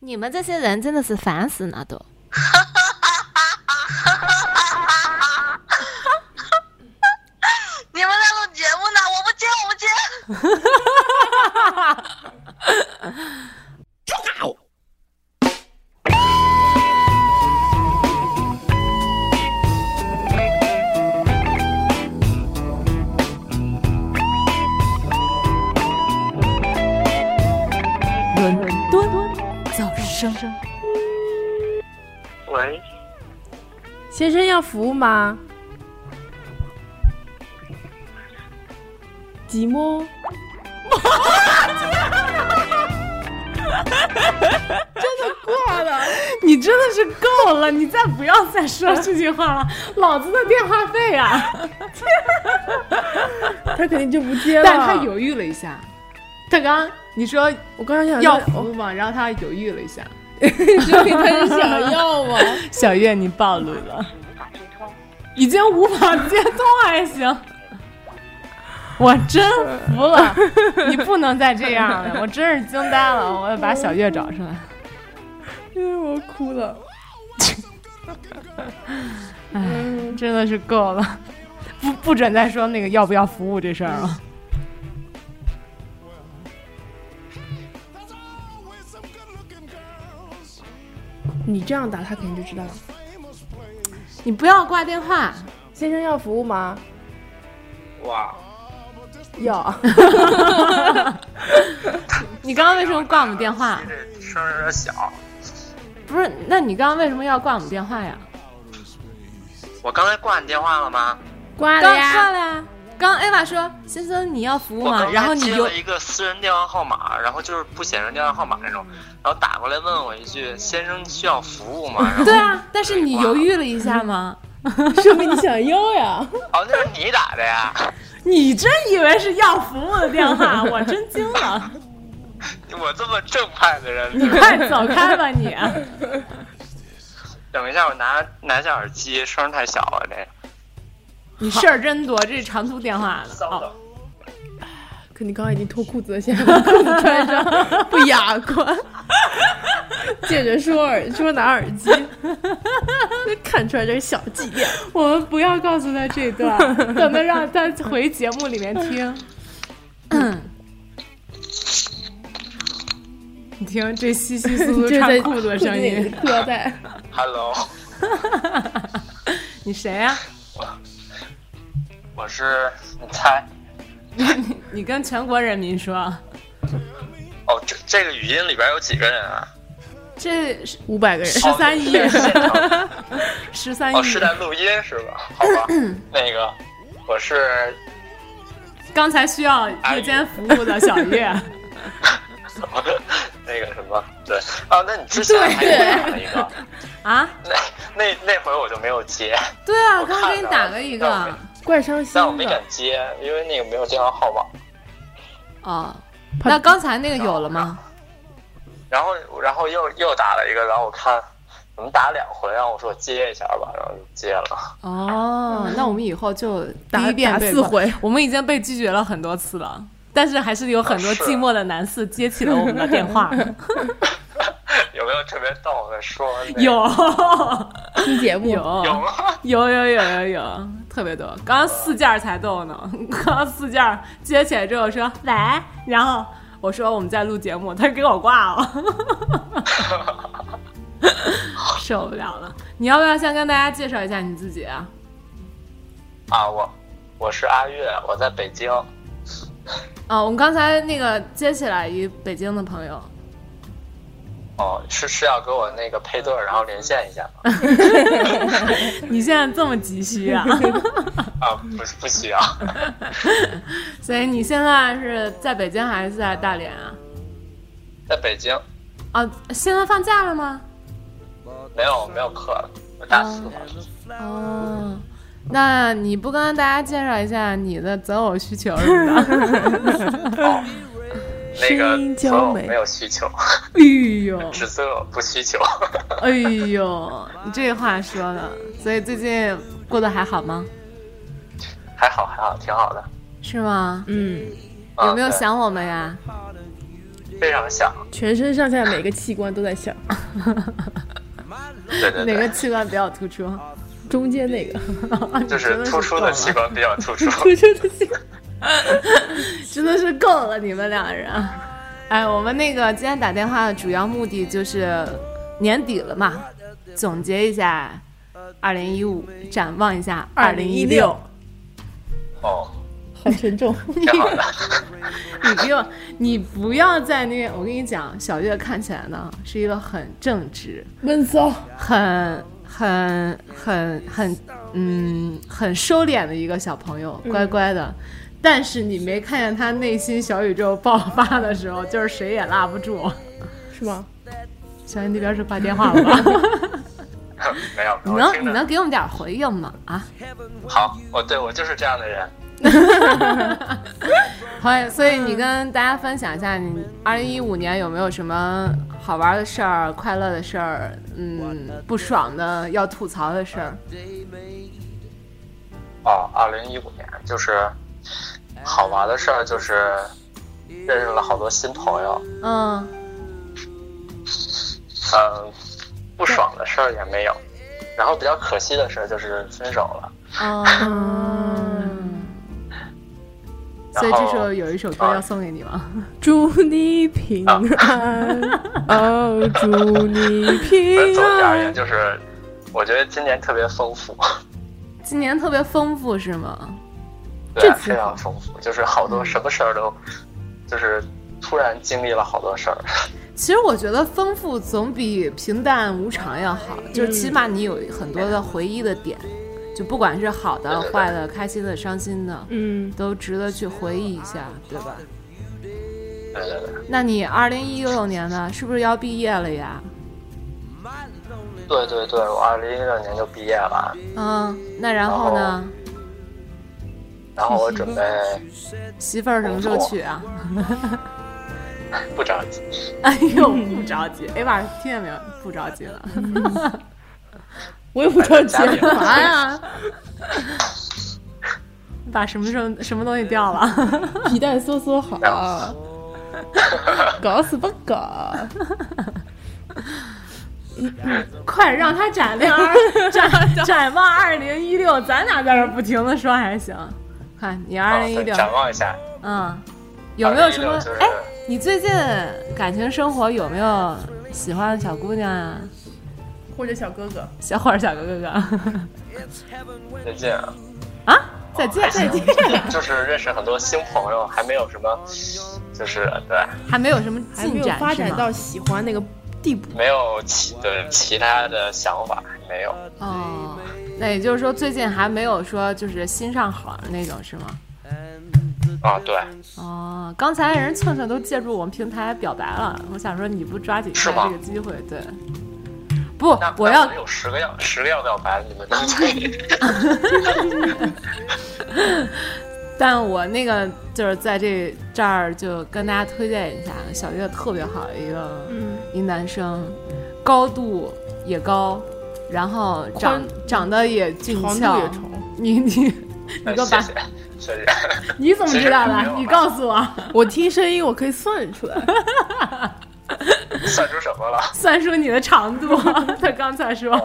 你们这些人真的是烦死了都。你们在录节目呢，我不接，我不接。伦敦噪声，喂，先生要服务吗？寂 寞。真的挂了，你真的是够了，你再不要再啊说这句话了，老子的电话费啊！ 他肯定就不接了。但他，犹豫了一下，嗯他刚你说我刚刚想要服说务吗？然后他犹豫了一 下。所以他是想要吗？ 小月，你暴露了，已经无法接通还行。我真服了，你不能再这样了，我真是惊呆了，我要把小月找出来。嗯我哭了。真的是够了，不不准再说那个要不要服务这事儿了。你这样打，他肯定就知道了。你不要挂电话，先生要服务吗？哇，要。 你刚刚为什么挂我们电话？这声儿有点小。不是，那你刚刚为什么要挂我们电话呀？我刚才挂你电话了吗？挂刚挂了呀。刚 A 娃说：“先生，你要服务我吗？”刚然后才你接又了一个私人电话号码，然后就是不显示电话号码那种，然后打过来问我一句：“先生需要服务吗？”然后对啊，但是你犹豫了一下吗？ 说明你想要呀。哦，那是你打的呀？ 你真以为是要服务的电话？我真惊了！我这么正派的人，对吧快走开吧你！啊等一下，我拿拿下耳机，声儿太小了，这个你事儿真多，这是长途电话的。 骚哦的。可你刚刚已经脱裤子了，现在把裤子穿上， 不雅观。接着说耳，说拿耳机，看出来这是小伎俩。我们不要告诉他这段，等他让他回节目里面 听。你听这稀稀疏 疏这穿在裤子的声音，裤腰带。 Hello，你谁啊呀、我是你猜你跟全国人民说，哦，这这个语音里边有几个人啊？这是五百个人，十三亿哦这是现场十三亿哦，，是在录音是吧？好吧，那个我是刚才需要夜间服务的小 月，那个什么，对啊，那你之前还给我打了一个，啊，那那那回我就没有接，对啊，我刚刚给你看到打了了一但我个没，怪伤心但我没的敢。接，因为那个没有电话号码。哦，那刚才那个有了吗？然后然后又又打了一个，然后我看怎么打两回，然后我说我接一下吧，然后就接了。 哦，那我们以后就打第一遍打被四关回，我们已经被拒绝了很多次了，但是还是有哦很多啊寂寞的男士接起了我们的 电话。有没有特别逗的说那个？有啊听节 目有有吗？有有有有有，特别多。刚刚四件儿才逗呢， 刚刚四件儿接起来之后说喂，然后我说我们在录节目，他给我挂了， 受不了了。你要不要先跟大家介绍一下你自己啊？啊，我我是阿月，我在北京。啊，我们刚才那个接起来一北京的朋友，哦，是是要给我那个配对儿，然后连线一下吗？ 你现在这么急需 啊？啊，不不需要，所以你现在是在北京还是在大连啊？在北京啊，现在放假了吗？没有没有课了，我大四了。哦，那你不跟大家介绍一下你的择偶需求什么的？ 哦，那个嗯声音择娇偶美没有需求，哎呦，只择偶不需求。 哎呦，你这话说的，所以最近过得还好吗？还好还好，挺好的。是吗？嗯，啊有没有对想我们呀？非常响。全身上下每个器官都在响，对对 哪个对，器官比较突出？中 间那个就是突出的器官比较突出。突出的 器真的是够了，你们两人。哎，我们那个今天打电话的主要目的就是年底了嘛，总结一下二零一五，展望一下二零一六。哦，好沉重。挺 好的。 你不要，你不要在那个，我跟你讲，小月看起来呢是一个很正直、闷骚，很、很、很、很，嗯，很收敛的一个小朋友，乖乖的。但是你没看见他内心小宇宙爆发的时候，就是谁也拉不住。是吗？小月那边是挂电话了 吧？没有，你我能听你着能给我们点回应吗？啊，好，我对我就是这样的人。 好，所以你跟大家分享一下，你二零一五年有没有什么好玩的事儿、快乐的事儿，嗯，不爽的、要吐槽的事儿？哦，二零一五年就是好玩的事儿，就是认识了好多新朋友。嗯，嗯，不爽的事儿也没有。然后比较可惜的事儿就是分手了。嗯， 所以然这后时候有一首歌要送给你吗？祝你平安，哦，祝你呃平总体而言安。就是，我觉得今年特别丰富，今年特别丰富是吗？对啊，这次非常丰富，就是好嗯多什么事儿都，就是突然经历了好多事儿。其实我觉得丰富总比平淡无常要好，就是起码你有很多的回忆的点，就不管是好的、对对坏的、开心的、伤心的，嗯，都值得去回忆一下，对吧？对对对，那你二零一六年呢，是不是要毕业了呀？对对对，我二零一六年就毕业了，嗯，那然后呢？然后我准备媳妇儿什么时候娶啊？不着急，哎呦，不着急。哎爸，听见没有？不着急了。我也不着急家里干嘛呀？ 把什么什么什么东西掉了？皮蛋搜索好，啊 搞死不搞？快让他展亮 儿展展望二零一六，咱俩在这儿不停的说还行。看你二零一六啊，展望一下，嗯，有没有什么2016就是？哎，你最近感情生活有没有喜欢的小姑娘啊？或者小哥哥，小伙儿，小哥哥 哥最近啊 啊，再哦见再 见，就是认识很多新朋友，还没有什么，就是对，还没有什么还没进有展，发是展吗到喜欢那个地步。没有其对其他的想法，没有。哦，那也就是说最近还没有说就是新上行那种是吗？啊，对，哦，刚才人寸寸都借助我们平台表白了，我想说你不抓紧一是下吗这个机会，对。不那，我那要有十个要十个要表白，你们能对？但我那个就是在这这儿就跟大家推荐一下，小月特别好一个、嗯一男生，高度也高，然后长宽长得也俊长俏度也，长，你你你给我把谢谢， 谢谢。你怎么知道其实没有的？吧你告诉我， 我听声音我可以算出来，算出什么了？算出你的长度。啊 他刚才说，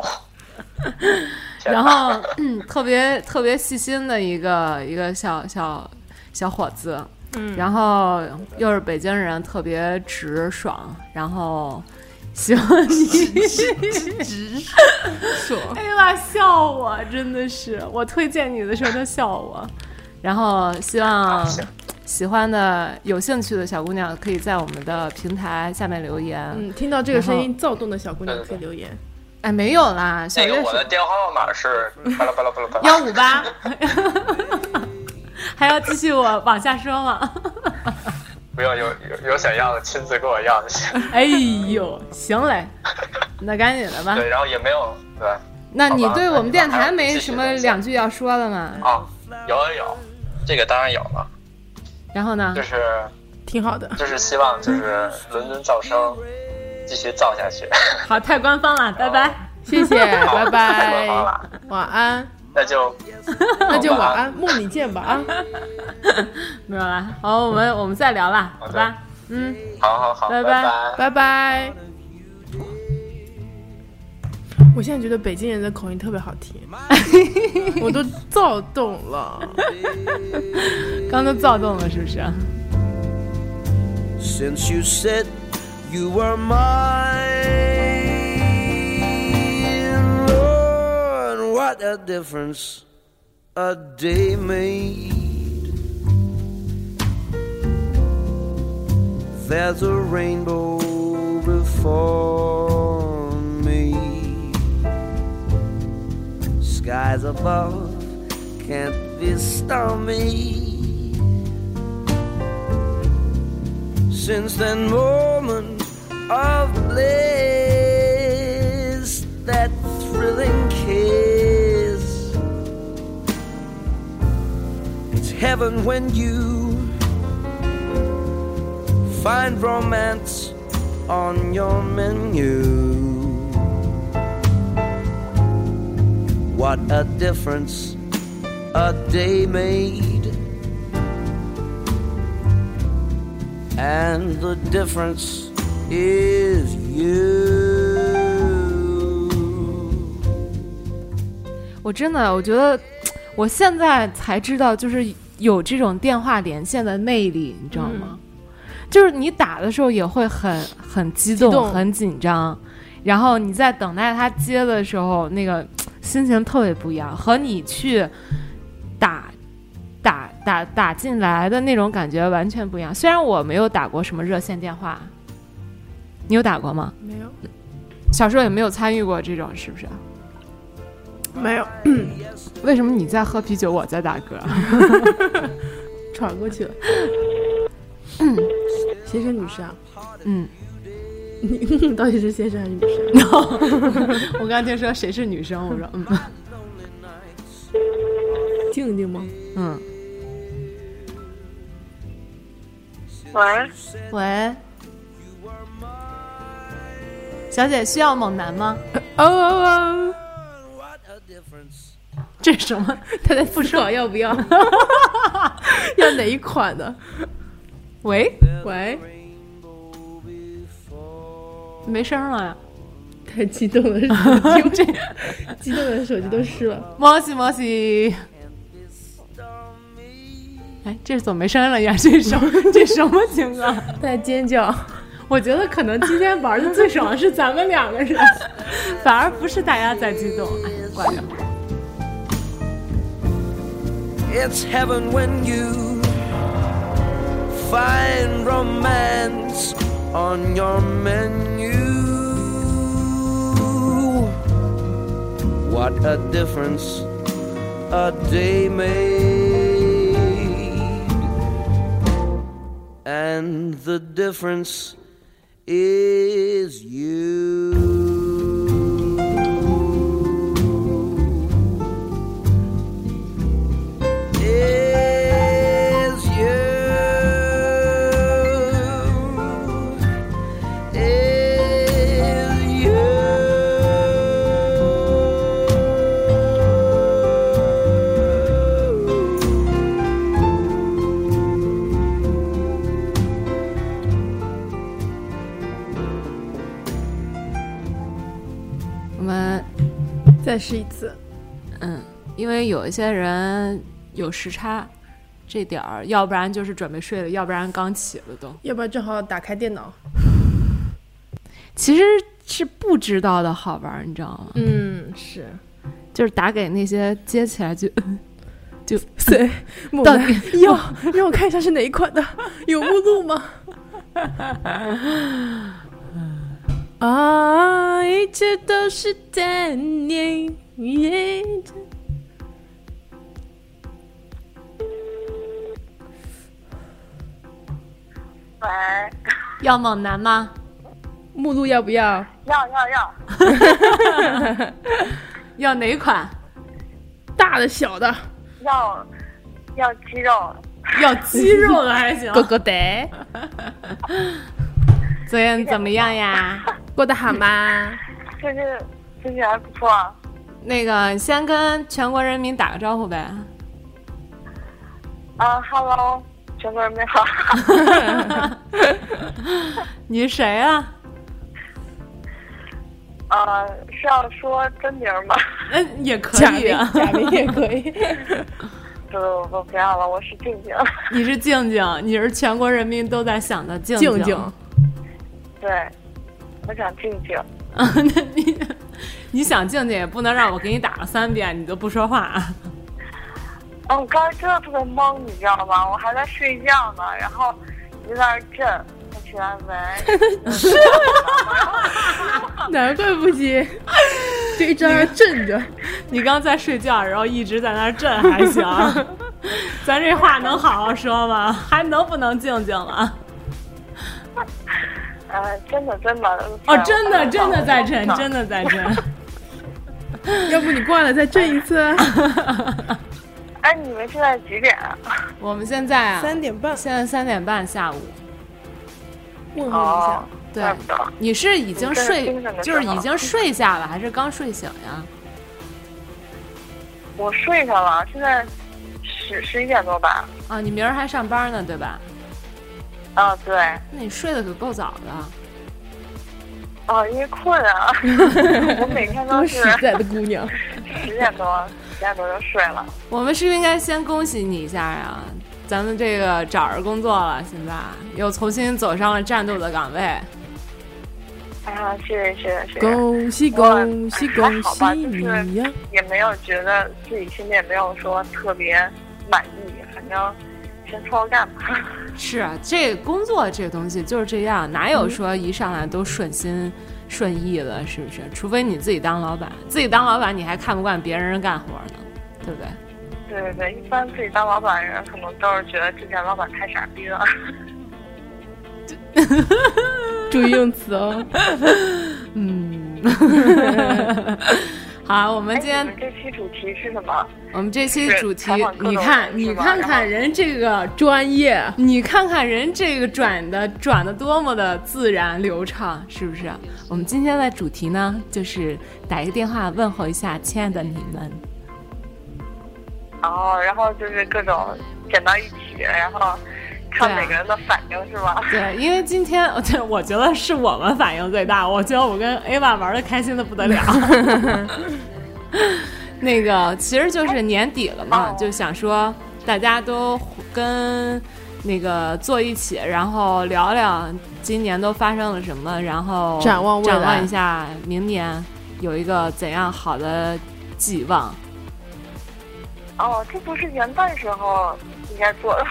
天哪然后嗯，特别特别细心的一个一个小小小伙子，嗯然后又是北京人，特别直爽，然后喜欢你， 直爽，哎呀妈，笑我，真的是，我推荐你的时候他笑我，然后希望行喜欢的、有兴趣的小姑娘可以在我们的平台下面留言。嗯，听到这个声音躁动的小姑娘可以留言。哎，没有啦，小那月个我是的电话号码是巴拉巴拉巴拉巴幺拉。五八， 还要继续我往下说吗？不要有有有想要的，亲自给我要就行。 哎呦，行嘞，那赶紧的吧。对，然后也没有对啊那你好吧对我们电台没谢谢什么两句要说的吗？啊，有有有，这个当然有了，然后呢就？是挺好的，就是希望就是伦敦噪声继续造下去。好，太官方了，拜 拜。谢 谢，拜太 好拜，了，晚安，那 就那就好吧晚安，梦里见吧啊。没有啦，好，我们我们再聊啦，好嗯好的吧？嗯，好好好，拜拜拜拜拜。我现在觉得北京人的口音特别好 听，我都躁动了。刚都躁动了是不是？ since you said you were mine. Lord, Oh, what a difference a day made. There's a rainbow before me. Skies above can't be stormy since that moment of bliss, that thrilling kiss. It's heaven when you find romance on your menu. What a difference a day made. and the difference is you. 我真的，我觉得我现在才知道，就是有这种电话连线的魅力，你知道吗？就是你打的时候也会很很激动、激动很紧张，然后你在等待他接的时候，那个心情特别不一样，和你去打。打打打进来的那种感觉完全不一样。虽然我没有打过什么热线电话，你有打过吗？没有，小时候也没有参与过这种，是不是？没有，为什么你在喝啤酒，我在打嗝？喘过去了。嗯先生女士啊，嗯，你 到底是先生还是女士啊？ 我刚听说谁是女生，我说 嗯，静静吗？嗯，喂，喂，小姐需要猛男吗？哦哦哦， What a difference. 这是什么？他在不爽要不要？要哪一款的？ 喂，喂，没声了呀？太激动了， 手机 激动的手机都湿了。摩西摩西。哎，这怎么没声音了呀？这 什么这什么情况？在尖叫，我觉得可能今天玩的最爽的是咱们两 个人，反而不是大家在激动。哎，挂掉。 It's heaven when you find romance on your menu. What a difference a day made, and the difference is you is you. Is you. 我们再试一次。因为有一些人有时差，这点儿，要不然就是准备睡了，要不然刚起了都。要不然正好打开电脑。其实是不知道的好玩儿，你知道吗？嗯，是。就是打给那些接起来就就 谁？猛到男哟，让我看一下是哪一款的，有目录吗？ 啊，一切都是淡定。耶喂，要猛男吗？目录要不要？要要要，要哪款？大的、小的，要要肌肉，要肌肉的还行。哥的，昨天怎么样呀？过得好 吗？就是就是还不错。啊那个先跟全国人民打个招呼呗。啊哈喽，前面没好， 你是谁啊？呃，是要说真名吗？ 嗯，也可假以名啊。假名也可以。不不不，不要了，我是静 静。你是静静，你是全国人民都在想的静静静静。对，我想静静。啊，那你 你想静静也不能让我给你打了三遍，你都不说话啊。哦，我刚才真的特别懵，你知道吗？我还在睡觉呢，然后你在那儿震，我起来闻，难怪不接，就一直在那儿震着。你刚在睡觉，然后一直在那儿震，还行。咱这话能好好说吗？还能不能静啊静了？呃，真的真的。哦，真的真的在震，真的。的在震。要不你挂了再震一次啊？哎，你们现在几点啊？ 我们现在啊， 三点半现在三点半下午。问候一哦下。，对怪不得你是已经你这睡精神，的就是时候已经睡下了，还是刚睡醒呀？我睡上了，现在十十一点多吧。啊，你明儿还上班呢，对吧？啊、对，那你睡得可够早的。哦，因为困 啊，我每天都多是哦实在的姑娘，十点多、十点多就睡了。我们是不是应该先恭喜你一下呀？咱们这个找着工作了，现在又重新走上了战斗的岗位。哎呀，谢谢谢谢谢谢，恭喜我恭喜还恭好吧喜就是你呀！也没有觉得自己心里也没有说特别满意，反正先凑合干吧。 是啊，这工作这东西就是这样，哪嗯有说一上来都顺心顺意的，是不是？除非你自己当老板，自己当老板你还看不惯别人干活呢，对不对？对对对，一般自己当老板的人可能都是觉得之前老板太傻逼了。 注意用词哦。好，我们哎，今你天们这期主题是什么？我们这期是主题采访各你种嗯看，人你是吧看然后看人这个专业，你看看人这个转的转的多么的自然流畅，是不是？我们今天的主题呢，就是打一个电话问候一下亲爱的你们。然后，然后就是各种剪到一起，然后看对啊每个人的反应是吧？对，因为今 天呃对，我觉得是我们反应最大，我觉得我跟 A 爸玩的开心的不得了。 那个其实就是年底了嘛哦，就想说大家都跟那个坐一起，然后聊聊今年都发生了什么，然后展望未来展望一下明年有一个怎样好的寄望。哦，这不是元旦时候应该做的。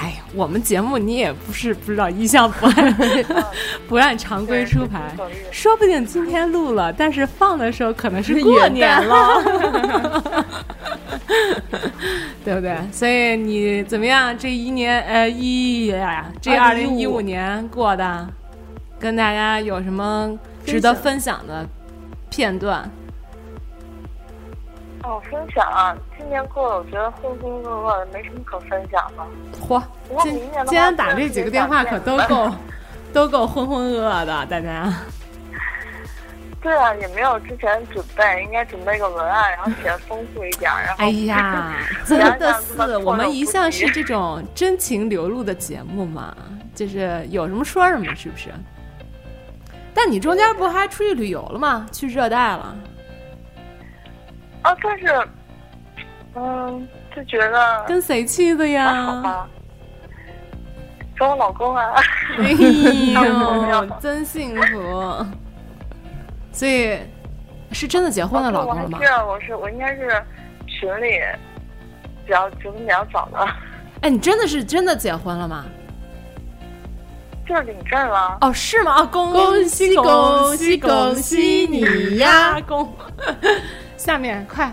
哎呀，我们节目你也不是不知道，一向不按 不按常规出牌对，嗯不是说不定今天录了，但是放的时候可能是过过年年了， 了，对不对？所以你怎么样？这一年呃一呀这二零一五2015年过的，跟大家有什么值得分享的片段？哦，分享啊，今年过得我觉得浑浑噩噩的，没什么可分享的。嚯，不过今明年的话今天打这真的是几个电话可想见都你们够， 都够浑浑噩噩的，大家。对啊，也没有之前准备，应该准备个文案，然后写的丰富一点儿。然后哎呀，真的是，我们一向是这种真情流露的节目嘛，就是有什么说什么，是不是？但你中间不还出去旅游了吗？去热带了，啊，但是，嗯，就觉得跟谁去的啊还好呀？ 吧。跟我老公啊，哎呦，真幸福！所以是真的结婚了，老哦我公还了吗记？得我是我应该是群里比较结婚比较早的，哎，你真的是真的结婚了吗？就是领证了。哦，是吗？哦，恭恭喜喜恭恭喜喜恭恭喜喜你你呀啊呀！恭， 下面快，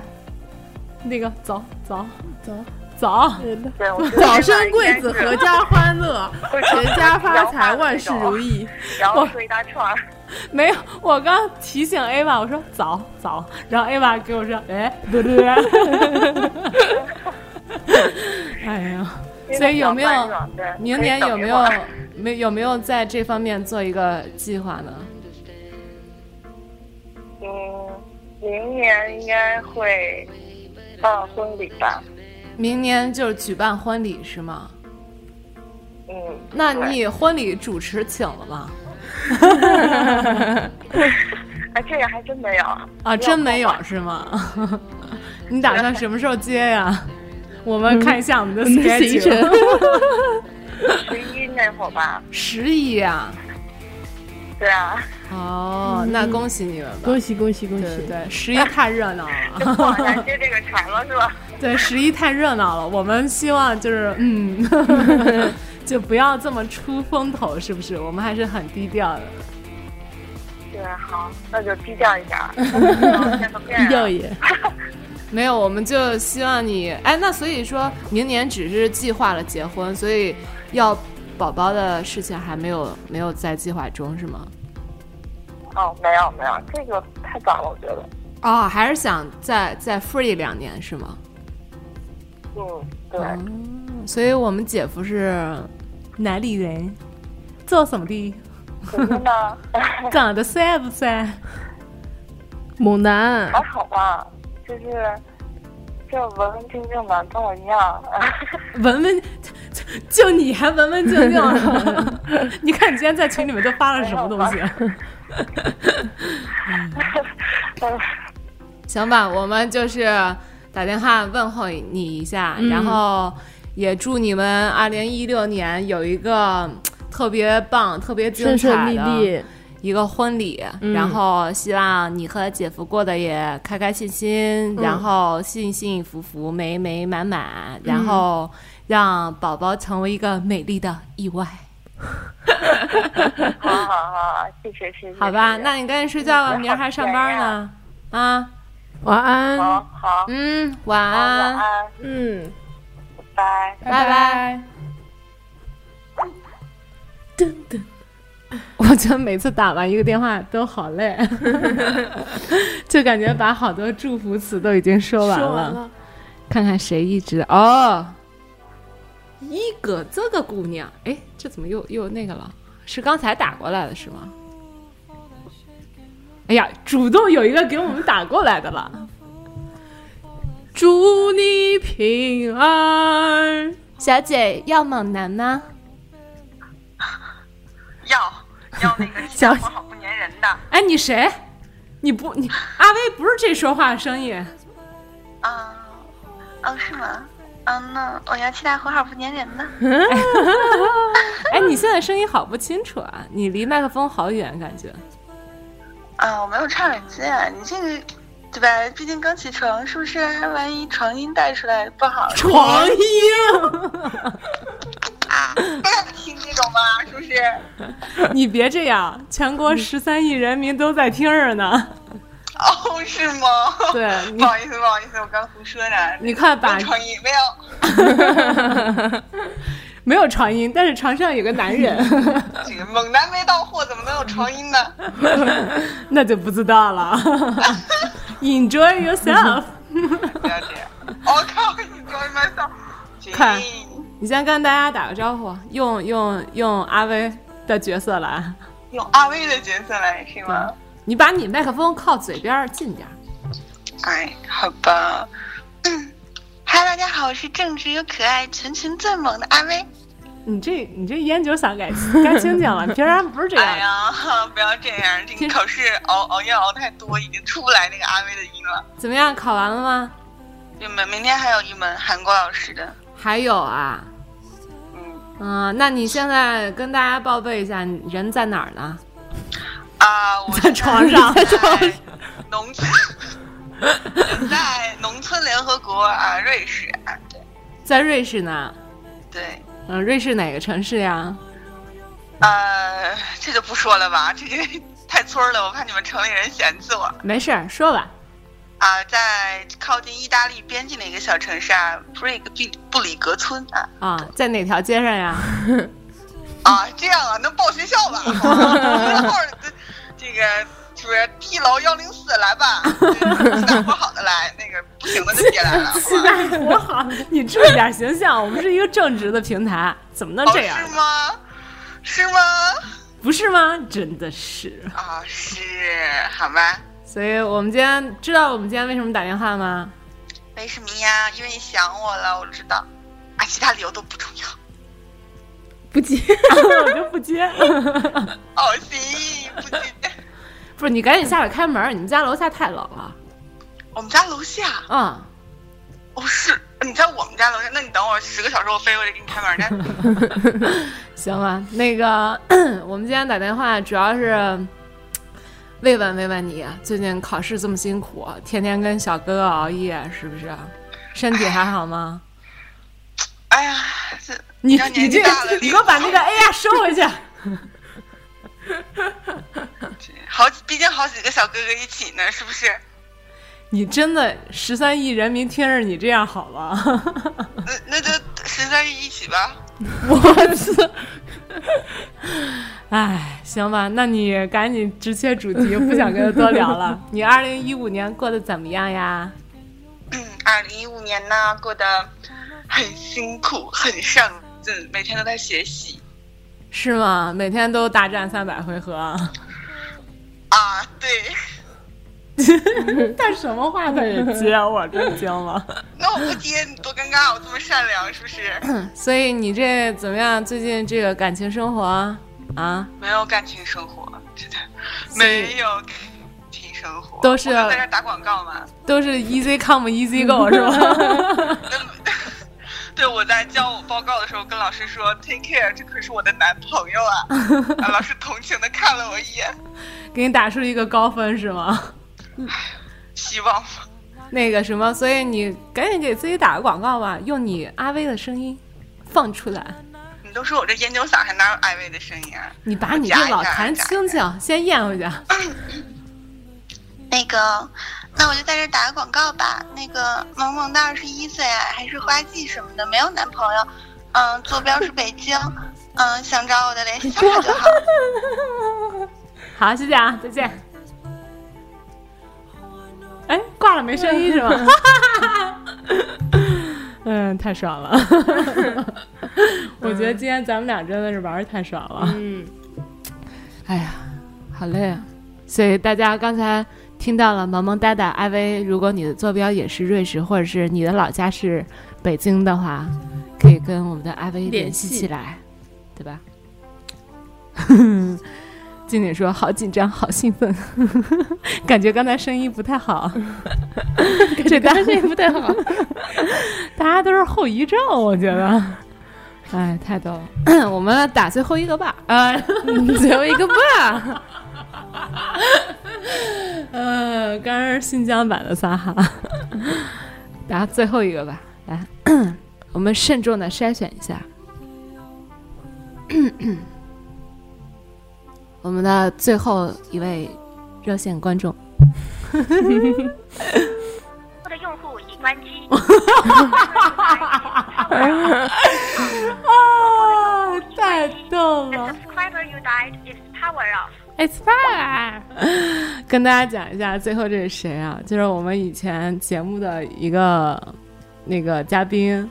那个走走走走，对，我觉得早现在生贵子，应该是阖家欢乐，会说全家发洋话财，的万那事种如意。然后说一大串儿。没有，我刚提醒 A 爸，我说早早，然后 A 爸给我说， 哎，对对对，哎呀，所以有没有因为比明年较慢热对有没有可以等一会儿没有没有在这方面做一个计划呢？嗯，明年应该会办婚礼吧？明年就是举办婚礼是吗？嗯那你婚礼主持请了吗？哎，这个还真没有啊，真没有是吗？ 你打算什么时候接 呀？我们看一嗯下我们的 schedule。十一那会儿吧。 十一啊，对 啊，哦，那恭喜你们吧。恭喜恭喜恭喜！对对，十一太热闹就不往了， 下接这个茬了是吧？对，十一太热闹了。我们希望就是，嗯， 就不要这么出风头，是不是？我们还是很低调的。对，啊好，那就低调一 点儿。好见个面低啊调一点。没有，我们就希望你，哎，那所以说明年只是计划了结婚，所以要宝宝的事情还没有没有在计划中，是吗？哦，没有没有，这个太早了，我觉得。哦，还是想再再 free 两年是吗？嗯，对，哦所以我们姐夫是哪里人，做什么的，你们呢？ 长得帅不帅？猛男还好吧，就是这文文静静的，跟我一样。 文文，就你还文文静 静啊，你看你今天在群里面都发了什么东西？ 啊 行吧，我们就是打电话问候你一下，然后也祝你们二零一六年有一个特别棒、特别精彩顺的顺利利，一个婚礼，然后希望你和姐夫过得也开开心心，然后幸幸福福、美美满满，然后让宝宝成为一个美丽的意外，好好好，谢谢谢谢。好吧？谢谢那你赶紧睡觉吧，嗯明儿还上班呢。啊，晚安。好好，嗯，晚好晚安，安，嗯，拜 拜。拜拜。噔噔，我觉得每次打完一个电话都好累， 就感觉把好多祝福词都已经说完说了。嗯完了，看看谁一直哦，一个这个姑娘，哎，这怎么又又那个了？是刚才打过来的是吗？哎呀，主动有一个给我们打过来的了，祝你平安。小姐要猛男吗？要要那个小我好不粘人的哎，你谁？你不你阿威不是这说话的声音，啊，哦是吗？嗯，那我要期待活好不粘人的。哎，你现在声音好不清楚啊，你离麦克风好远，感觉。啊，我没有插耳机啊，你这个对吧？毕竟刚起床，是不是？万一床音带出来不好床音，啊？ 听这种吗？是不 是？你别这样，全国十三亿人民都在听着呢。哦，是吗？ 对你不好意思，不好意思，我刚胡说呢。你快把没床音没有， 没有床音，但是床上有个男人， 这个猛男没到货，怎么能有床音呢？那就不知道了。Enjoy yourself。不要这样。我靠，你装什么笑？看 Jeez 你先跟大家打个招呼，用用用阿威的角色来，用阿威的角色来是吗？你把你麦克风靠嘴边儿近点儿。哎，好吧。嗯，嗨，大家好，我是正直又可爱、纯纯最猛的阿威。你这你这烟酒嗓该该清清了， 平常不是这啊哎样。呀，不要这样，这个考试熬熬夜熬太多，已经出不来那个阿威的音了。怎么样，考完了吗？你们明天还有一门韩国老师的，还有啊，嗯嗯，那你现在跟大家报备一下，你人在哪儿呢？啊，我在床上在农村，在农村联合国啊，瑞士啊，对在瑞士呢。对。嗯，瑞士哪个城市呀？呃，这就不说了吧，这个 太村儿了，我怕你们城里人嫌弃我。没事儿，说吧。啊，在靠近意大利边境的一个小城市啊，布里格布布里格村啊啊，在哪条街上呀？啊，这样啊，能报学校吧？ 然后这这个是不是 T 楼幺零四来吧？对大伙好的来，那个不行的就别来了。好吧哎我好，你注意点形象， 我们是一个正直的平台，怎么能哦，这样是？吗？是吗？不是吗？真的是。啊，是，好吧。所以我们今天知道我们今天为什么打电话 吗？为什么呀？因为你想我了，我知道。啊，其他理由都不重要。不接。我就不接。好心哦不接。 不是你赶紧下来开门，你们家楼下太冷了。 我们家楼下，嗯，哦是，你在我们家楼下，那你等我十个小时，我飞回去给你开门去。行了，那个 我们今天打电话主要是慰问慰问你，最近考试这么辛苦，天天跟小哥哥熬夜，是不是？身体还好吗？哎呀，这你让你年这纪个大了，你给我把那个哎呀收回去。好几，毕竟好几个小哥哥一起呢，是不是？ 你真的十三亿人民听着你这样好吗？ 那那就十三亿一起吧。哎，行吧，那你赶紧直切主题，不想跟他多聊 了。你二零一五年过得怎么样呀？嗯，二零一五年呢，过得很辛苦，很上进，每天都在学习是吗？每天都大战三百回合，啊。对，但什么话他也接，我真惊了。那我不接你多尴尬，我这么善良是不是？所以你这怎么样？最近这个感情生活啊，没有感情生活，真的所以没有感情生活，都是我能在这儿打广告吗？都是 easy come easy go 是吧？对，我在教我报告的时候跟老师说 “take care”，这可是我的男朋友啊！啊老师同情的看了我一眼，给你打出一个高分是吗？希望吧那个什么，所以你赶紧给自己打个广告吧，用你阿威的声音放出来。你都说我这烟酒嗓还哪有艾薇的声音啊？你把你这老痰清清，先咽回去。那个，那我就在这打个广告吧。那个萌萌的二十一岁啊，还是花季什么的，没有男朋友，嗯、坐标是北京，嗯、想找我的联系方法就好。好，谢谢啊，再见。哎，挂了没声音是吗？嗯，太爽 了！我觉得今天咱们俩真的是玩儿太爽了。嗯，哎呀，好累啊！所以大家刚才听到了萌萌哒哒艾薇，如果你的坐标也是瑞士，或者是你的老家是北京的话，可以跟我们的艾薇联系起来，对吧？ 静姐说：“好紧张，好兴奋， 感觉刚才声音不太 好，这大家声音不太好，大家都是后遗症，我觉 得。哎，太逗了！ 我们打最后一个吧， 呃，最后一个吧。 呃，刚刚是新疆版的撒哈，打最后一个吧，来， 我们慎重的筛选一下。我们的最后一位热线观 众，的用户已关机。啊，太逗 The 了 subscriber you died is power off。 ！It's fine。跟大家讲一下，最后这是谁啊？就是我们以前节目的一个那个嘉宾，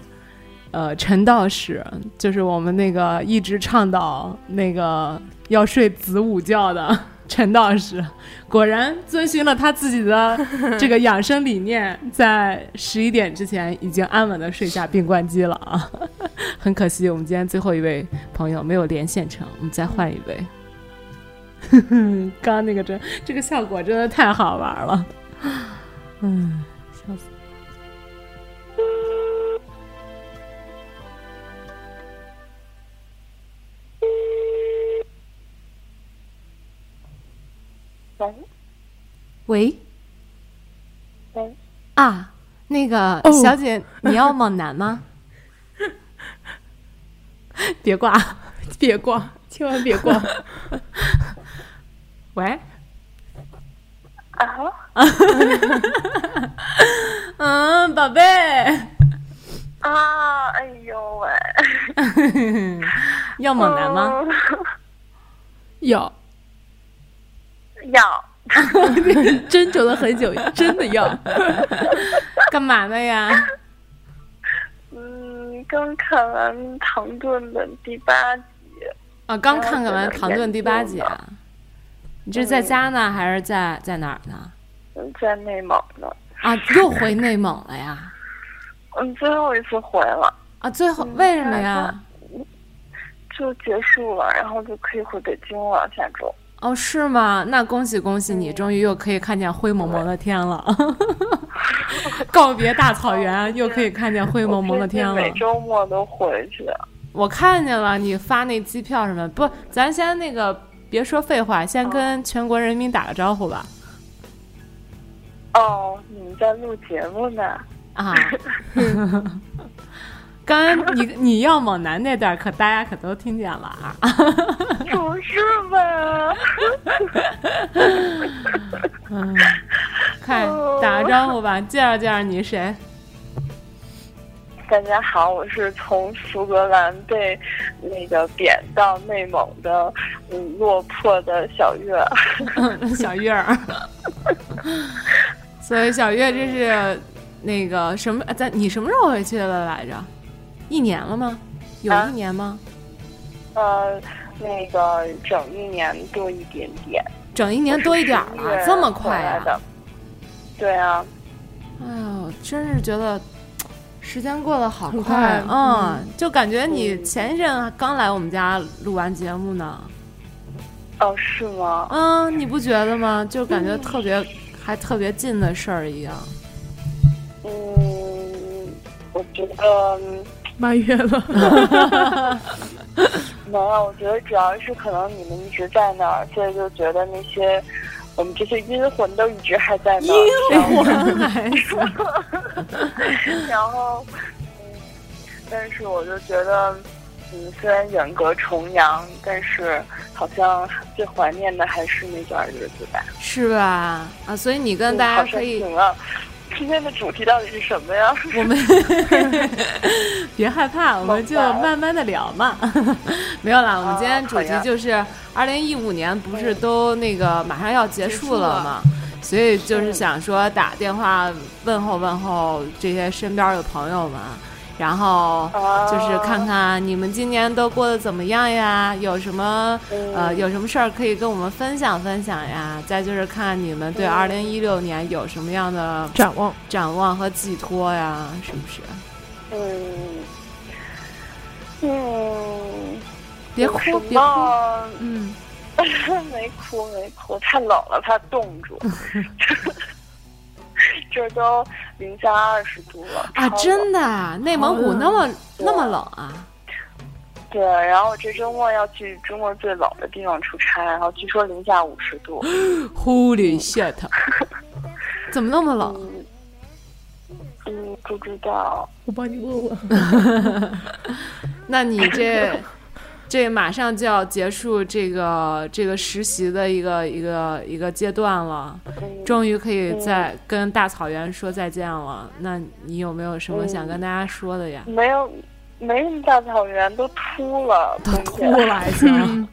呃，陈道士，就是我们那个一直倡导那个要睡子午觉的 陈道士，果然遵循了他自己的这个养生理念，在十一点之前已经安稳的睡下并关机了啊！ 很可惜，我们今天最后一位朋友没有连线成，我们再换一位。嗯，刚刚那个真，这个效果真的太好玩了。嗯，笑死。喂，喂，啊，那个哦小姐，你要猛男吗？别挂。别挂，千万别挂。 喂，啊哈，嗯，宝贝，啊，哎呦喂，要猛男吗？哎要嗯？要，斟酌了很久，真的要。 干嘛的呀？嗯，刚看完《唐顿》的第八集，啊，刚看完《唐顿》第八集啊。你这是在家呢，还是在在哪儿呢？嗯在内蒙呢。啊，又回内蒙了呀？嗯，最后一次回了，啊，最后为什么呀？就结束了，然后就可以回北京了。下周哦，是吗？那恭喜恭喜你，终于又可以看见灰蒙蒙的天了， 告别大草原，又可以看见灰蒙蒙的天我了最近。每周末都回去。我看见了你发那机票什么，不，咱先那个别说废话，先跟全国人民打个招呼吧。哦，你们在录节目呢？啊，刚刚你你要往南那段，可大家可都听见了啊。不是吧？快打个招呼吧，介绍介绍你是谁。大家好，我是从苏格兰被那个贬到内蒙的，嗯，落魄的小月。 小月儿。所以小月这是那个什么，呃咱你什么时候回去的来着？一年了吗？有啊一年吗？呃，那个整一年多一点点，整一年多一点儿我是了，这么快啊回来呀、的。对啊，哎呦，真是觉得时间过得好很快快，嗯，就感觉你嗯前一阵刚来我们家录完节目呢，哦，是吗？嗯，你不觉得吗？就感觉特别还特别近的事儿一 样。 嗯，我觉得嗯 满月了， 没有，我觉得主要是可能你们一直在那儿，所以就觉得那些我们这些阴魂都一直还在那儿。阴魂 然后，嗯，但是我就觉得，嗯，虽然远隔重洋，但是好像最怀念的还是那段日子吧。是吧？啊，所以你跟大嗯好家深可以情啊！今天的主题到底是什么呀？我们别害怕，我们就慢慢的聊嘛。 没有啦，我们今天主题就是二零一五年，不是都那个马上要结束了嘛，所以就是想说打电话问候问候这些身边的朋友们，然后啊 就是看看你们今年都过得怎么样呀，有什么呃嗯有什么事儿可以跟我们分享分享呀，再就是看你们对二零一六年有什么样的展望。展望和寄托呀，是不是？嗯嗯，别哭，什别哭，么嗯， 没哭没哭，太冷了，怕冻 住。这都零下二十度了啊，超冷真的啊，内蒙古那么对那么冷啊？对。然后我这周末要去中国最冷的地方出差，然后据说零下五十度。 Holy shit！怎么那么冷？嗯嗯，不知道。我帮你问问，那你 这这马上就要结束这个这个实习的一个一个一个阶段了，嗯终于可以再跟大草原说再见了。那你有没有什么嗯想跟大家说的呀？没有，没什么大草原，都秃了，冬天。过 来 嗯行，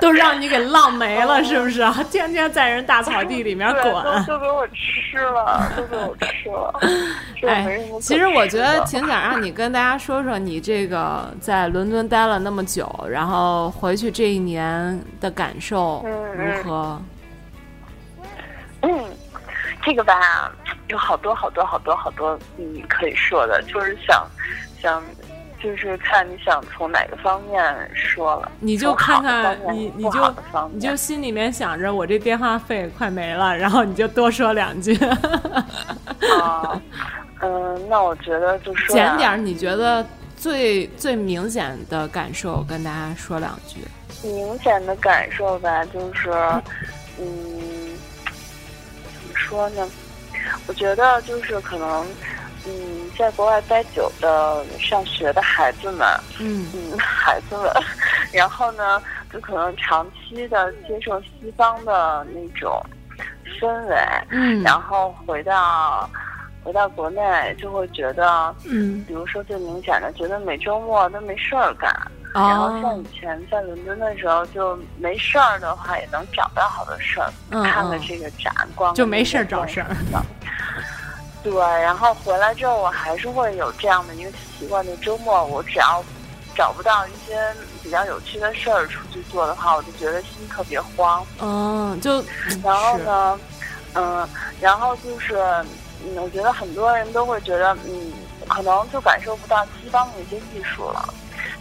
都让你给浪没了，是不是啊？天天在人大草地里面对，都滚。都给我吃了，都给我吃 了，这没什么哎可吃的。其实我觉得挺想让你跟大家说说你这个在伦敦待了那么久，然后回去这一年的感受嗯如何？嗯，这个吧，有好多好多好多好多嗯可以说的，就是想想，就是看你想从哪个方面说了。你就从好的看看方面你你不就好的方你面就心里面想着我这电话费快没了，然后你就多说两 句，啊， 嗯，那我觉得就说捡点儿你觉得最最明显的感受，跟大家说两句。明显的感受吧，就是，嗯，怎么说呢？我觉得就是可能，嗯，在国外待久的上学的孩子们，嗯嗯，孩子们， 然后呢，就可能长期的接受西方的那种氛围，嗯然后回到回到国内，就会觉得，嗯，比如说最明显的，觉得每周末都没事儿干，然后像哦以前在伦敦的时候，就没事儿的话也能找到好多事儿，嗯看了嗯这个展，逛了就没事儿那个找事儿店什么的。对，然后回来之后，我还是会有这样的一个习惯，就周末我只要找不到一些比较有趣的事儿出去做的话，我就觉得心特别慌。嗯，就然后呢，嗯，然后就是，嗯，我觉得很多人都会觉得，嗯，可能就感受不到西方的一些艺术了。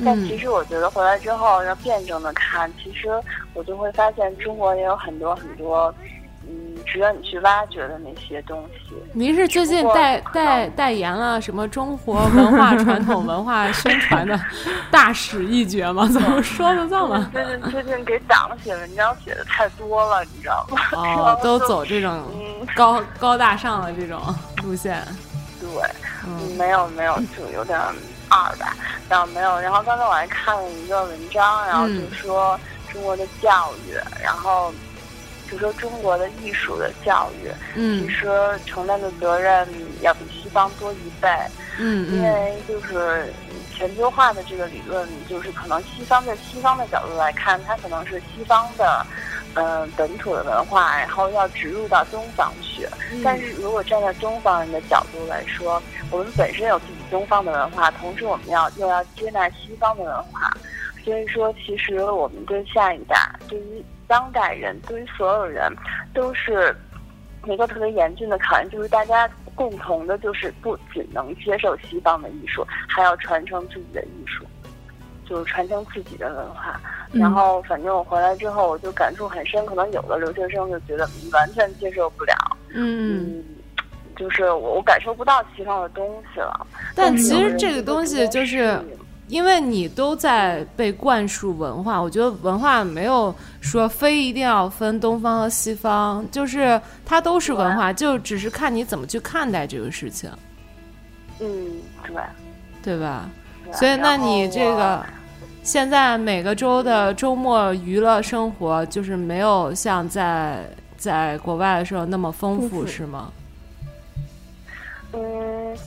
但其实我觉得回来之后，要辩证的看，其实我就会发现中国也有很多很多，嗯，值得你去挖掘的那些东西。您是最近不过代可能代代言了什么中国文化传 统文化宣传的大使一角吗？怎嗯么说的这么？最近最近给党写文章写的太多了，你知道吗？ 然哦后，都就走这种嗯，高高大上的这种路线，嗯对，嗯没有没有，就有点二吧，然后没有，然后刚才我还看了一个文章，然后就嗯说中国的教育，然后就说中国的艺术的教育，嗯其实承担的责任要比西方多一倍，嗯因嗯为就是全球化的这个理论，就是可能西方在西方的角度来看，它可能是西方的，呃，本土的文化，然后要植入到东方去。嗯但是如果站在东方人的角度来说，我们本身有自己东方的文化，同时我们要又要接纳西方的文化。所以说，其实我们对下一代、对于当代人、对于所有人，都是一个特别严峻的考验，就是大家共同的，就是不仅能接受西方的艺术，还要传承自己的艺术，就是传承自己的文化。然后，反正我回来之后，我就感触很深。可能有的留学生就觉得嗯完全接受不了，嗯。嗯，就是我我感受不到西方的东西了。但但是其有的实人这个就东觉西得就是是因为你都在被灌输文化，我觉得文化没有说非一定要分东方和西方，就是它都是文化，就只是看你怎么去看待这个事情，嗯，对。对吧？对啊所以，那然后你我这个现在每个周的周末娱乐生活，就是没有像在在国外的时候那么丰富，是吗？嗯，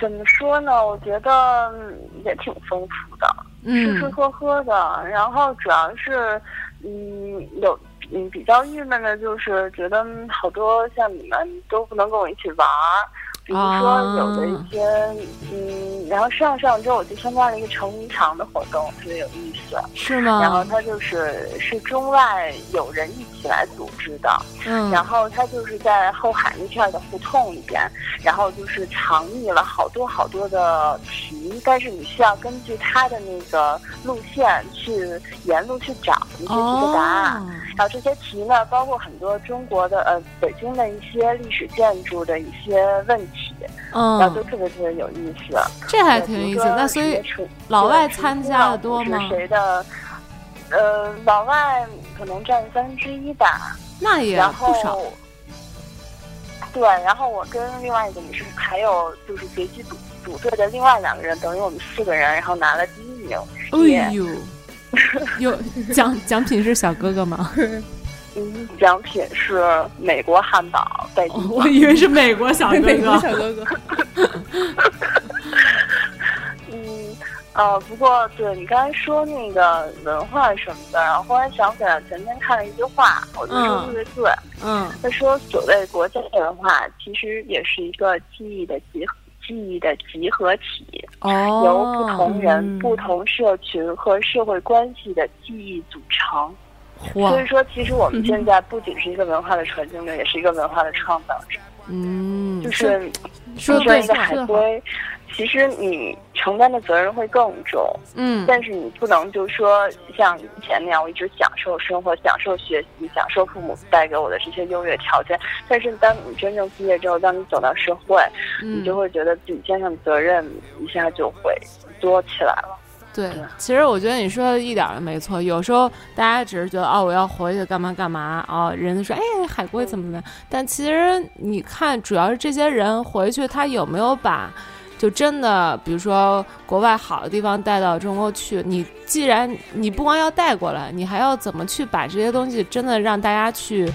怎么说呢？我觉得嗯也挺丰富的，吃吃嗯喝喝的。然后主要是，嗯，有嗯比较郁闷的就是觉得嗯好多像你们都不能跟我一起玩儿。比如说啊有的一些，嗯，然后上上周我去参加了一个成迷堂的活动，特别有意思。是然后吗？它就是是中外友人一起来组织的，嗯然后它就是在后海那片儿的胡同里边，然后就是藏匿了好多好多的题，但是你需要根据它的那个路线去沿路去找一些题的答案。哦，然后这些题呢，包括很多中国的呃北京的一些历史建筑的一些问题，然后嗯都，特别特别有意思。这还对挺比有如意思。说那所以谁出老外对参谁加的出多是吗？谁的？呃，老外可能占三分之一吧，那也然不少。后对，然后我跟另外一个女生，还有就是学习组组队的另外两个人，等于我们四个人，然后拿了第一名。哎呦， 有奖奖品是小哥哥吗？ 嗯，奖品是美国汉堡在第一名。以为是美国小美国小哥哥，嗯，呃，不过对你刚才说那个文化什么的，然后忽然想起来前天看了一句话，我觉得说得特别对。嗯他说，所谓国家的文化，其实也是一个记忆的集合记忆的集合体，由不哦，同人、嗯不同社群和社会关系的记忆组成。哇所，以说，其实我 们现在不仅是一个文化的传承者，也是一个文化的创造者。嗯就，是说就像对一个海是归，其实你承担的责任会更重，嗯但是你不能就说像以前那样，我一直享受生活、享受学习、享受父母带给我的这些优越条件。但是当你真正毕业之后，当你走到社会，你就嗯，会觉得自己肩上的责任一下就会多起来了。对。其实我觉得你说的一点儿都没错。有时候大家只是觉得哦，我要回去干嘛干嘛哦，人家说哎，海归怎么的？但其实你看，主要是这些人回去他有没有把。就真的，比如说国外好的地方带到中国去，你既然你不光要带过来，你还要怎么去把这些东西真的让大家去，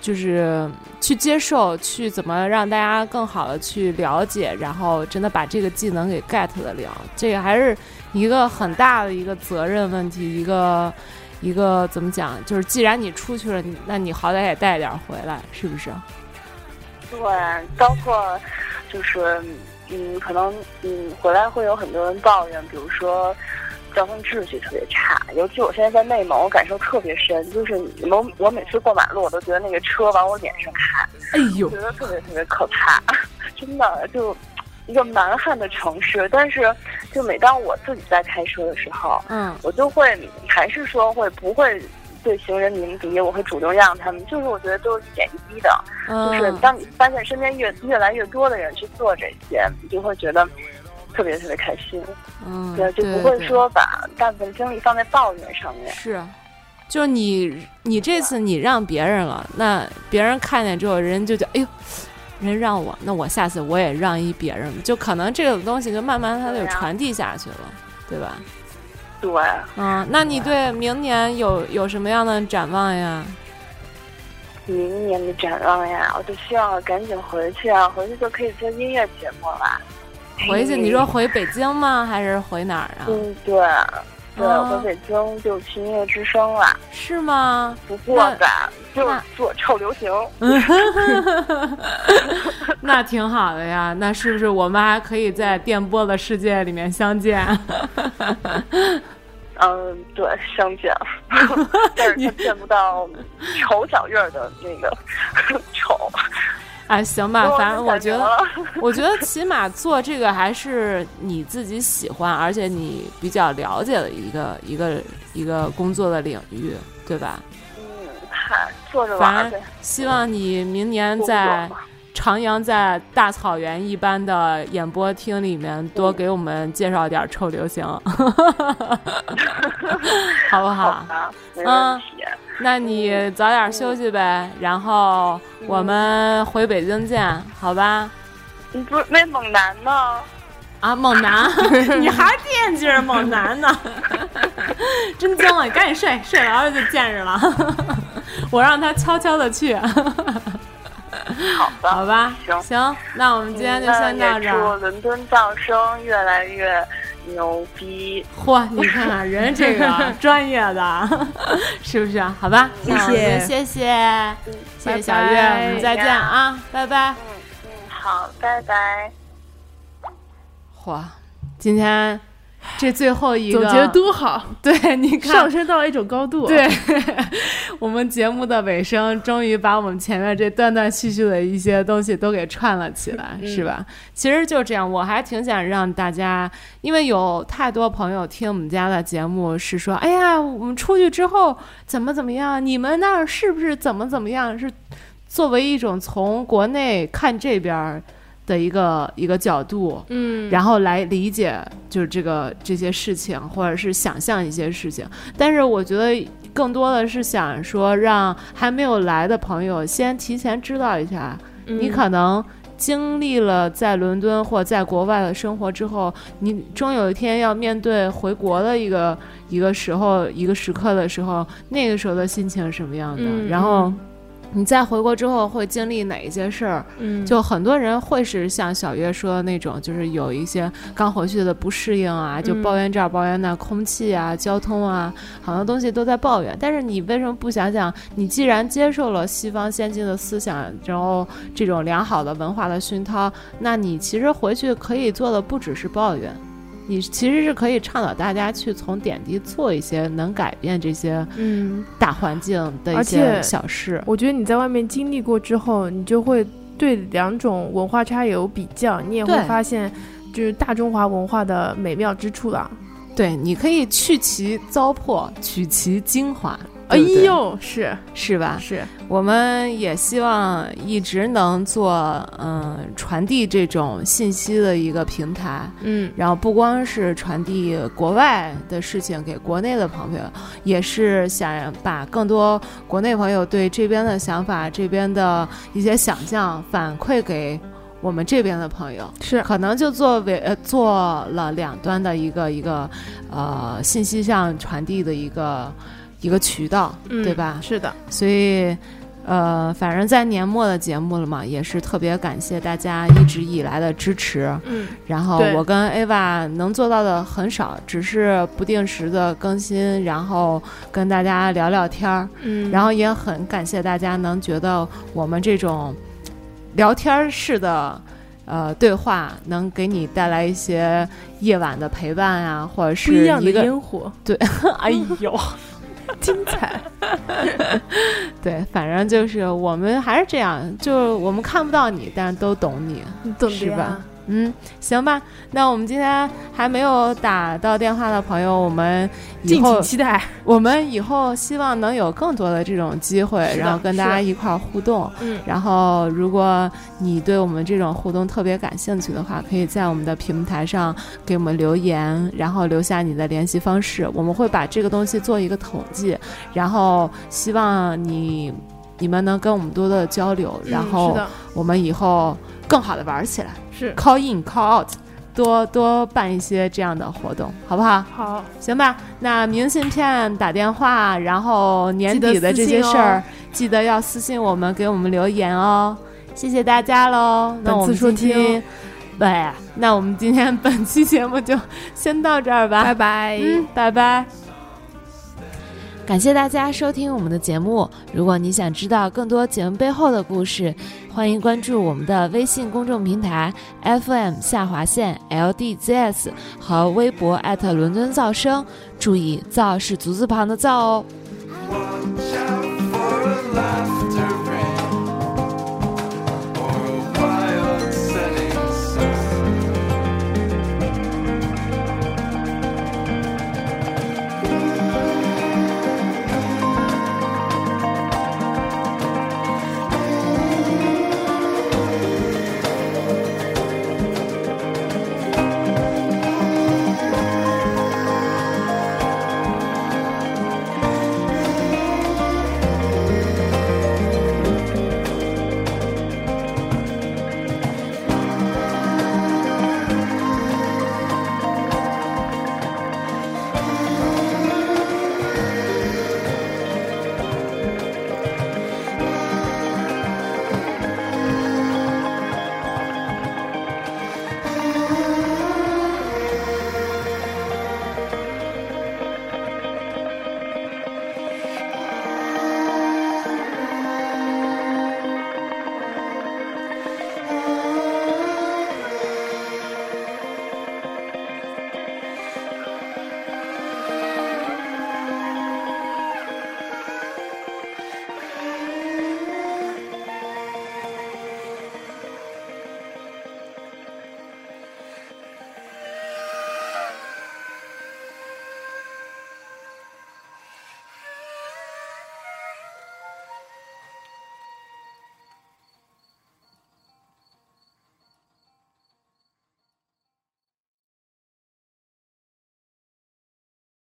就是去接受，去怎么让大家更好的去了解，然后真的把这个技能给 get 得了，这个还是一个很大的一个责任问题，一个一个怎么讲，就是既然你出去了，你那你好歹也带点儿回来，是不是？对，包括就是嗯，可能嗯，回来会有很多人抱怨，比如说。交通秩序特别差，尤其我现在在内蒙，我感受特别深。就是我我每次过马路，我都觉得那个车往我脸上开，哎呦觉， 得特别特别可怕，真的就一个蛮汉的城市。但是就每当我自己在开车的时候，嗯我就会还是说会不会对行人鸣笛，我会主动让他们，就是我觉得都是一点一滴的，就是嗯，当你发现身边越越来越多的人去做这些，你就会觉得特别特别开心，嗯对，就不会说把大部分精力放在抱怨上面。是，就是你你这次你让别人了，那别人看见之后，人就觉得哎呦，人让我，那我下次我也让一别人，就可能这种东西就慢慢它就对啊传递下去了，对吧？对，嗯，那你对明年有有什么样的展望呀？明年的展望呀，我就希望赶紧回去啊，回去就可以做音乐节目了。回去嗯你说回北京吗？还是回哪儿啊？嗯，对，对，啊回北京就去音乐之声了。是吗？不过吧，就那是做臭流行。 那挺好的呀，那是不是我们还可以在电波的世界里面相见？ 嗯，对，相 见，但是他见不到丑小月儿的那个 丑。哎，行吧，反正我觉得。了， 我觉得起码做这个还是你自己喜欢，而且你比较了解的一个一个一个工作的领域，对吧？嗯，嗨，坐着玩反儿正呗。希望你明年工作在嘛徜徉在大草原一般的演播厅里面，嗯多给我们介绍点臭流行， 好不好好？嗯吧，没问题。那你早点休息呗，然后我们回北京见，好吧？你不是那猛男吗？啊，猛 男，你还惦记着猛男 呢，真精了！你赶紧睡，睡着了就见着了。 我让他悄悄的 去。好吧，好吧，行那我们今天就先到嗯这那也儿。祝伦敦噪声越来越牛逼。嚯，你看看人 这个专业的， 是不是？好吧，那我们就谢谢，谢谢小月，拜拜我们再见啊，拜拜。嗯嗯，好，拜拜。嚯，今天这最后一总个，觉得多好， 对，你看上。升到了一种高度。，对 我们节目的尾声，终于把我们前面这断断续续的一些东西都给串了起来，嗯是吧？其实就这样，我还挺想让大家，因为有太多朋友听我们家的节目是说，哎呀，我们出去之后怎么怎么样，你们那儿是不是怎么怎么样？是作为一种从国内看这边儿的一个一个角度，嗯，然后来理解就是这个这些事情，或者是想象一些事情。但是我觉得更多的是想说，让还没有来的朋友先提前知道一下，嗯你可能。经历了在伦敦或在国外的生活之后，你终有一天要面对回国的一个一个时候、一个时刻的时候，那个时候的心情是什么样的？嗯然后你在回国之后会经历哪一些事儿？嗯，就很多人会是像小月说的那种，就是有一些刚回去的不适应啊，就抱怨这儿抱怨那，空气啊、交通啊，好多东西都在抱怨。但是你为什么不想想，你既然接受了西方先进的思想，然后这种良好的文化的熏陶，那你其实回去可以做的不只是抱怨。你其实是可以倡导大家去从点滴做一些能改变这些嗯，大环境的一而些且小事。我觉得你在外面经历过之后，你就会对两种文化差有比较，你也会对发现就是大中华文化的美妙之处了。对，你可以去其糟粕，取其精华。哎对不对，呦，是是吧？是，我们也希望一直能做，嗯，传递这种信息的一个平台。嗯然后不光是传递国外的事情给国内的朋友，也是想把更多国内朋友对这边的想法、这边的一些想象反馈给我们这边的朋友。是，可能就作为呃做了两端的一个一个呃信息上传递的一个一个渠道，嗯对吧？是的，所以。呃，反正在年末的节目了嘛，也是特别感谢大家一直以来的支持。嗯，然后对我跟 Ava 能做到的很少，只是不定时的更新，然后跟大家聊聊天儿。嗯然后也很感谢大家能觉得我们这种聊天儿式的呃对话，能给你带来一些夜晚的陪伴啊，或者不是一样的一个烟火， 哎呦， 精彩。对，反正就是我们还是这样，就是我们看不到你，但是都懂你，懂是吧？？嗯，行吧，那我们今天还没有打到电话的朋友，我们以后期待。我们以后希望能有更多的这种机会，是的然后跟大是家的一块儿互动。嗯，然后，如果你对我们这种互动特别感兴趣的话，可以在我们的平台上给我们留言，然后留下你的联系方式，我们会把这个东西做一个统计，然后希望你你们能跟我们多多的交流，然嗯是后的，我们以后更好的玩起来是，call in call out，多多办一些这样的活动，好不好？好，行吧，那明信片、打电话，然后年底的这些事哦儿，记得要私信我们，给我们留言哦。谢谢大家喽，那我们今天，对，啊那我们今天本期节目就先到这儿吧，拜拜。嗯，拜拜。感谢大家收听我们的节目。如果你想知道更多节目背后的故事，欢迎关注我们的微信公众平台 FM 下划线 LDZS 和微博伦敦噪声。注意，噪是足字旁的噪哦。